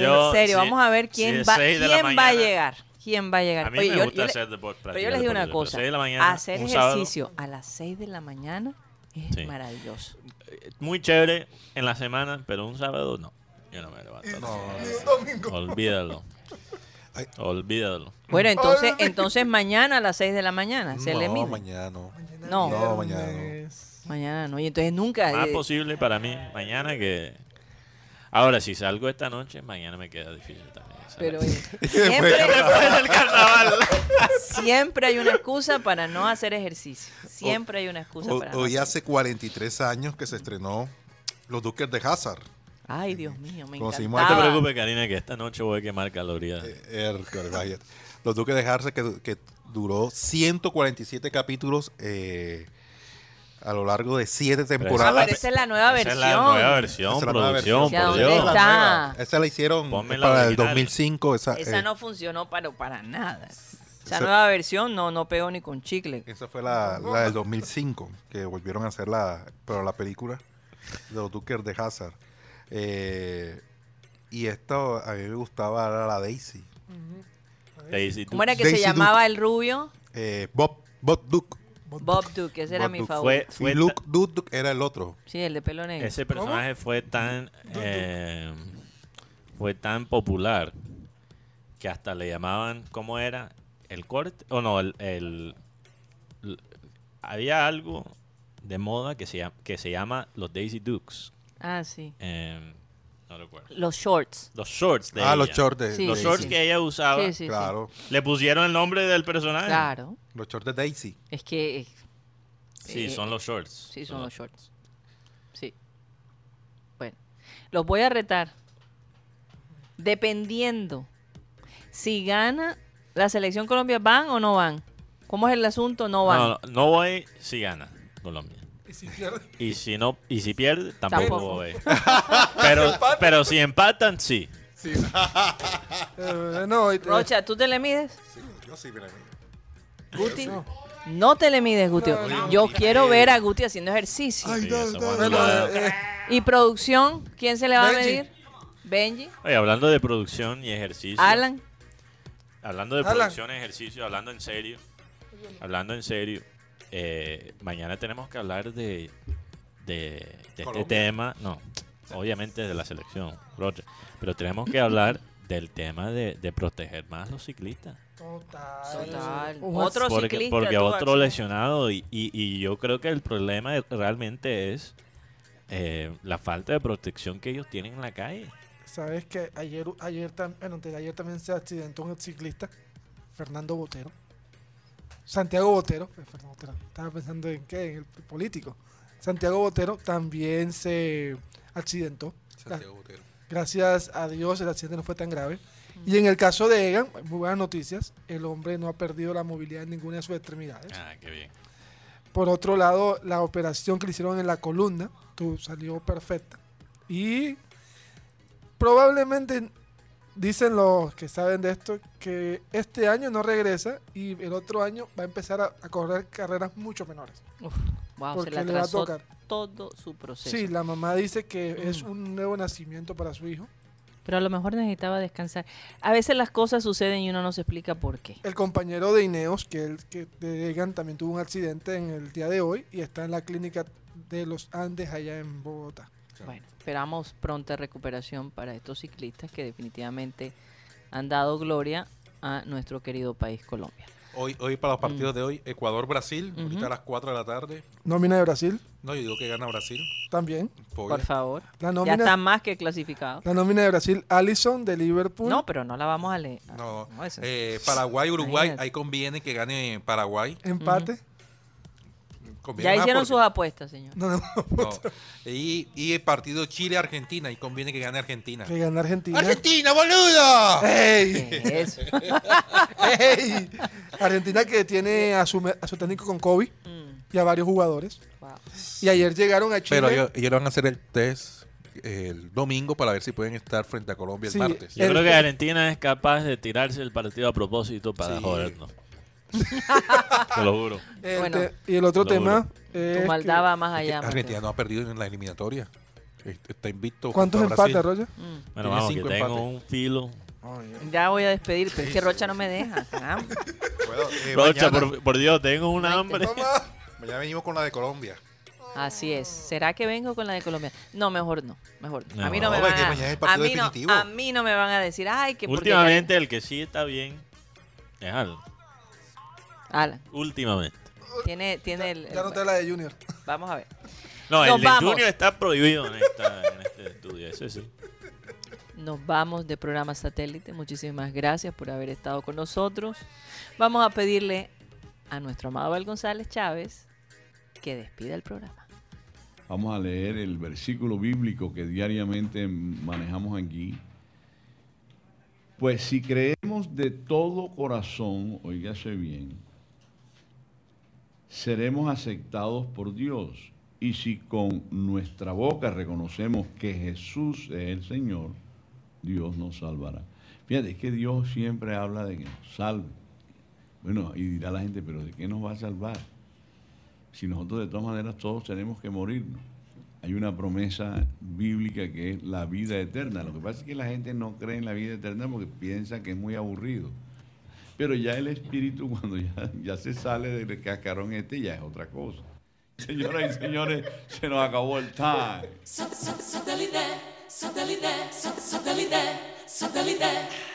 Speaker 3: Yo,
Speaker 2: en serio,
Speaker 3: si-
Speaker 2: vamos a ver
Speaker 3: si
Speaker 2: quién,
Speaker 3: es
Speaker 2: va,
Speaker 3: seis de la
Speaker 2: quién va a
Speaker 3: mañana,
Speaker 2: llegar. ¿Quién va a llegar?
Speaker 3: A mí
Speaker 2: Oye,
Speaker 3: me
Speaker 2: yo- yo
Speaker 3: gusta
Speaker 2: le-
Speaker 3: hacer deporte.
Speaker 2: Pero yo les digo una cosa,
Speaker 3: de la mañana,
Speaker 2: hacer
Speaker 3: un sábado,
Speaker 2: ejercicio a las 6 de la mañana es
Speaker 3: Sí.
Speaker 2: maravilloso.
Speaker 3: muy chévere en la semana, pero un sábado no. Yo no me levanto.
Speaker 4: No,
Speaker 3: Olvídalo.
Speaker 4: Ay.
Speaker 3: Olvídalo.
Speaker 2: Bueno, entonces,
Speaker 5: Olvídate.
Speaker 2: entonces mañana a las 6 de la mañana se le
Speaker 4: no
Speaker 2: mide.
Speaker 4: mañana no.
Speaker 2: No.
Speaker 4: No, mañana no.
Speaker 5: Viernes.
Speaker 2: Mañana no, y entonces nunca.
Speaker 3: Más
Speaker 2: eh,
Speaker 3: posible para mí mañana que... Ahora, si salgo esta noche, mañana me queda difícil también. Esa es
Speaker 2: pero
Speaker 3: *laughs* la-
Speaker 2: oye,
Speaker 4: pues,
Speaker 2: siempre,
Speaker 3: Después del carnaval.
Speaker 2: siempre hay una excusa para no hacer ejercicio. Siempre hay una excusa
Speaker 4: Ho-
Speaker 2: para no
Speaker 4: Hoy
Speaker 2: hacer-
Speaker 4: hace 43 años que se estrenó Los Duques de Hazard.
Speaker 2: Ay, Dios mío, me
Speaker 4: Como si
Speaker 3: No te
Speaker 2: encantaba.
Speaker 3: preocupes, Karina, que esta noche voy a quemar calorías.
Speaker 4: Eh, Hércules, vaya. Los Duques de Hazard que, que duró 147 capítulos eh, a lo largo de 7
Speaker 2: Ah,
Speaker 4: temporadas.
Speaker 2: pero esa es la nueva
Speaker 3: Esa es
Speaker 2: versión.
Speaker 3: la nueva
Speaker 4: Esa
Speaker 3: versión,
Speaker 4: es la nueva
Speaker 3: producción,
Speaker 4: versión,
Speaker 2: por
Speaker 3: por
Speaker 2: ¿Dónde Dios.
Speaker 4: Esa es la
Speaker 3: Dios.
Speaker 2: está?
Speaker 4: nueva. Esa la hicieron
Speaker 3: Ponme la
Speaker 4: para el
Speaker 3: original.
Speaker 4: 2005. Esa,
Speaker 2: Esa
Speaker 4: eh,
Speaker 2: no funcionó para, para nada. Esa
Speaker 4: Esa-
Speaker 2: nueva versión no, no pegó ni con chicle.
Speaker 4: esa fue la, la del 2005 que volvieron a hacer la, pero la película de los Duques de Hazard. Eh, y esto a mí me gustaba era la Daisy.
Speaker 3: Daisy Duke.
Speaker 2: ¿Cómo era que se
Speaker 4: Daisy Duke.
Speaker 2: llamaba el rubio?
Speaker 4: Eh, Bob, Bob Duke.
Speaker 2: Bob Duke, ese era
Speaker 4: Bob
Speaker 2: mi
Speaker 4: Duke.
Speaker 2: favorito.
Speaker 3: Fue-
Speaker 4: Y Luke Duduk era el otro.
Speaker 2: Sí, el de pelo negro.
Speaker 3: Ese personaje fue tan eh, fue tan popular que hasta le llamaban ¿cómo era? El corte o no, el, el- l- había algo de moda que se llama, que se llama los Daisy Dukes.
Speaker 2: Ah, sí.
Speaker 3: eh, no recuerdo.
Speaker 2: Los shorts.
Speaker 3: Los shorts de
Speaker 4: ah, los
Speaker 3: ella.
Speaker 4: shorts de
Speaker 2: Sí,
Speaker 3: Los
Speaker 4: de
Speaker 2: sí,
Speaker 3: shorts
Speaker 4: Daisy.
Speaker 3: que ella usaba
Speaker 2: Sí, sí,
Speaker 4: Claro,
Speaker 3: le pusieron el nombre del personaje.
Speaker 2: Claro.
Speaker 4: los shorts de Daisy.
Speaker 2: Es que... eh,
Speaker 3: Sí,
Speaker 2: eh,
Speaker 3: son los shorts.
Speaker 2: Sí, son los shorts. Sí. Bueno, los voy a retar. Dependiendo si gana la selección Colombia, ¿van o no van? ¿Cómo es el asunto? No van.
Speaker 3: No, no, no voy si gana Colombia. Y si no, y si pierde, tampoco,
Speaker 2: Tampoco. *laughs*
Speaker 3: voy. Pero, pero si empatan, sí.
Speaker 5: Eh, no, y te-
Speaker 2: Rocha, ¿tú te le mides?
Speaker 4: Sí, yo sí, mira.
Speaker 2: Guti. No te le mides, Guti. Yo quiero ver a Guti haciendo ejercicio.
Speaker 4: Ay,
Speaker 3: Sí,
Speaker 4: no,
Speaker 3: esa
Speaker 4: no,
Speaker 3: buena
Speaker 4: no,
Speaker 3: la-
Speaker 4: eh, eh,
Speaker 2: ¿Y producción? ¿Quién se le va
Speaker 5: Benji.
Speaker 2: a medir? Benji.
Speaker 3: Oye, hablando de producción y ejercicio.
Speaker 2: Alan.
Speaker 3: Hablando de
Speaker 5: Alan.
Speaker 3: producción y ejercicio, hablando en serio. Hablando en serio. eh, mañana tenemos que hablar de, de, de este
Speaker 4: Colombia.
Speaker 3: tema. No, obviamente de la selección, Roger. Pero tenemos que hablar del tema de, de proteger más los ciclistas.
Speaker 5: Total.
Speaker 2: Total.
Speaker 5: Ojo,
Speaker 2: Otro
Speaker 3: porque,
Speaker 2: ciclista.
Speaker 3: porque
Speaker 2: tú,
Speaker 3: otro
Speaker 2: Axel.
Speaker 3: lesionado y, y- y yo creo que el problema es- realmente es eh, la falta de protección que ellos tienen en la calle.
Speaker 5: Sabes que ayer, ayer, tam- bueno, antes de ayer también se accidentó un ciclista, Fernando Botero. Santiago Botero, eh, Fernando Botero, estaba pensando en qué, en el político. Santiago Botero también se accidentó.
Speaker 2: Ah.
Speaker 4: Santiago Botero.
Speaker 5: Gracias a Dios el accidente no fue tan grave. Y en el caso de Egan, muy buenas noticias, el hombre no ha perdido la movilidad en ninguna de sus extremidades.
Speaker 3: Ah, qué bien.
Speaker 5: Por otro lado, la operación que le hicieron en la columna tú, salió perfecta. Y probablemente dicen los que saben de esto que este año no regresa y el otro año va a empezar a, a correr carreras mucho menores.
Speaker 2: Uf, wow, Ah, se
Speaker 5: porque
Speaker 2: le
Speaker 5: le va a
Speaker 2: atrasó
Speaker 5: tocar.
Speaker 2: todo su proceso.
Speaker 5: Sí, la mamá dice que es
Speaker 2: Mm.
Speaker 5: un nuevo nacimiento para su hijo.
Speaker 2: Pero a lo mejor necesitaba descansar. A veces las cosas suceden y uno no se explica por qué.
Speaker 5: El compañero de Ineos, que, el, que de Egan también tuvo un accidente en el día de hoy y está en la clínica de los Andes allá en Bogotá.
Speaker 2: Bueno, esperamos pronta recuperación para estos ciclistas que definitivamente han dado gloria a nuestro querido país Colombia.
Speaker 4: Hoy, hoy para los partidos de hoy, Ecuador-Brasil,
Speaker 2: Mm. Ujú.
Speaker 4: ahorita a las 4 de la tarde.
Speaker 5: Nómina de Brasil
Speaker 4: No, yo digo que gana Brasil.
Speaker 5: también.
Speaker 4: Polla.
Speaker 2: Por favor.
Speaker 5: La
Speaker 2: Ya
Speaker 5: nómina
Speaker 2: está más que clasificado.
Speaker 5: La nómina de Brasil, Allison de Liverpool.
Speaker 2: No, pero no la vamos a leer.
Speaker 4: No,
Speaker 2: No, eso-
Speaker 4: eh, Paraguay, Uruguay,
Speaker 2: Imagínate.
Speaker 4: ahí conviene que gane Paraguay.
Speaker 5: Empate.
Speaker 4: Conviene
Speaker 2: Ya
Speaker 4: más
Speaker 2: hicieron sus
Speaker 4: porque-
Speaker 2: apuestas, señor.
Speaker 5: No, no,
Speaker 4: no. Y, y el partido Chile-Argentina, ahí conviene que gane Argentina.
Speaker 5: que gana Argentina.
Speaker 4: ¡Argentina, boludo!
Speaker 5: ¡Ey!
Speaker 2: ¿Qué es eso?
Speaker 5: *laughs* ¡Ey! Argentina que tiene a su, me- a su técnico con Kobe
Speaker 2: Mm,
Speaker 5: y a varios jugadores.
Speaker 2: wow.
Speaker 5: Y ayer llegaron a Chile.
Speaker 4: Pero ellos, ellos van a hacer el test eh, el domingo para ver si pueden estar frente a Colombia
Speaker 5: Sí.
Speaker 4: el martes.
Speaker 3: Yo
Speaker 5: El-
Speaker 3: creo que Argentina es capaz de tirarse el partido a propósito para
Speaker 4: Sí. *laughs*
Speaker 3: jodernos. Te lo juro.
Speaker 5: Este,
Speaker 2: Bueno.
Speaker 5: y el otro
Speaker 3: Lo
Speaker 5: tema. es
Speaker 2: Tu
Speaker 5: que-
Speaker 2: maldad va más allá.
Speaker 4: Argentina
Speaker 2: Ah, Mateo.
Speaker 4: no ha perdido en la eliminatoria. Est- Está invicto.
Speaker 5: ¿Cuántos
Speaker 4: junto a
Speaker 5: empates,
Speaker 4: Brasil.
Speaker 5: Roger?
Speaker 2: Mm.
Speaker 3: Bueno,
Speaker 4: Tiene
Speaker 3: vamos, que
Speaker 4: cinco
Speaker 3: tengo
Speaker 4: empates.
Speaker 3: un filo.
Speaker 2: Ya voy a despedir, pero es que Rocha no me deja. caramba.
Speaker 4: Bueno, eh,
Speaker 3: Rocha,
Speaker 4: mañana-
Speaker 3: por, por Dios, tengo un hambre.
Speaker 4: Mamá, *laughs* Mañana venimos con la de Colombia.
Speaker 2: Así es. ¿Será que vengo con la de Colombia? No, mejor no. Mejor no. A mí no,
Speaker 3: No,
Speaker 2: me
Speaker 4: porque
Speaker 2: van
Speaker 4: mañana es
Speaker 2: a,
Speaker 4: el
Speaker 2: a
Speaker 4: partido
Speaker 2: mí no,
Speaker 4: definitivo.
Speaker 2: a mí no me van a decir, ay, que porque
Speaker 3: Últimamente el que sí está bien es Alan.
Speaker 2: Alan,
Speaker 3: Últimamente.
Speaker 2: tiene, tiene el, el-
Speaker 5: Ya no está la de Junior.
Speaker 2: Vamos a ver.
Speaker 3: No,
Speaker 2: Nos
Speaker 3: el de
Speaker 2: vamos.
Speaker 3: Junior está prohibido en, esta- en este estudio, ese sí.
Speaker 2: Nos vamos de programa satélite. Muchísimas gracias por haber estado con nosotros. Vamos a pedirle a nuestro amado Abel González Chávez que despida el programa.
Speaker 6: Vamos a leer el versículo bíblico que diariamente manejamos aquí. Pues si creemos de todo corazón, oígase bien, seremos aceptados por Dios. Y si con nuestra boca reconocemos que Jesús es el Señor, Dios nos salvará. Fíjate, es que Dios siempre habla de que nos salve. Bueno, y dirá la gente, pero ¿de qué nos va a salvar? si nosotros de todas maneras todos tenemos que morirnos. Hay una promesa bíblica que es la vida eterna. Lo que pasa es que la gente no cree en la vida eterna porque piensa que es muy aburrido. Pero ya el espíritu, *laughs* cuando ya, ya se sale del cascarón este, ya es otra cosa. Señoras y señores, se nos acabó el time.
Speaker 7: Satellite, satellite, satellite, satellite, satellite.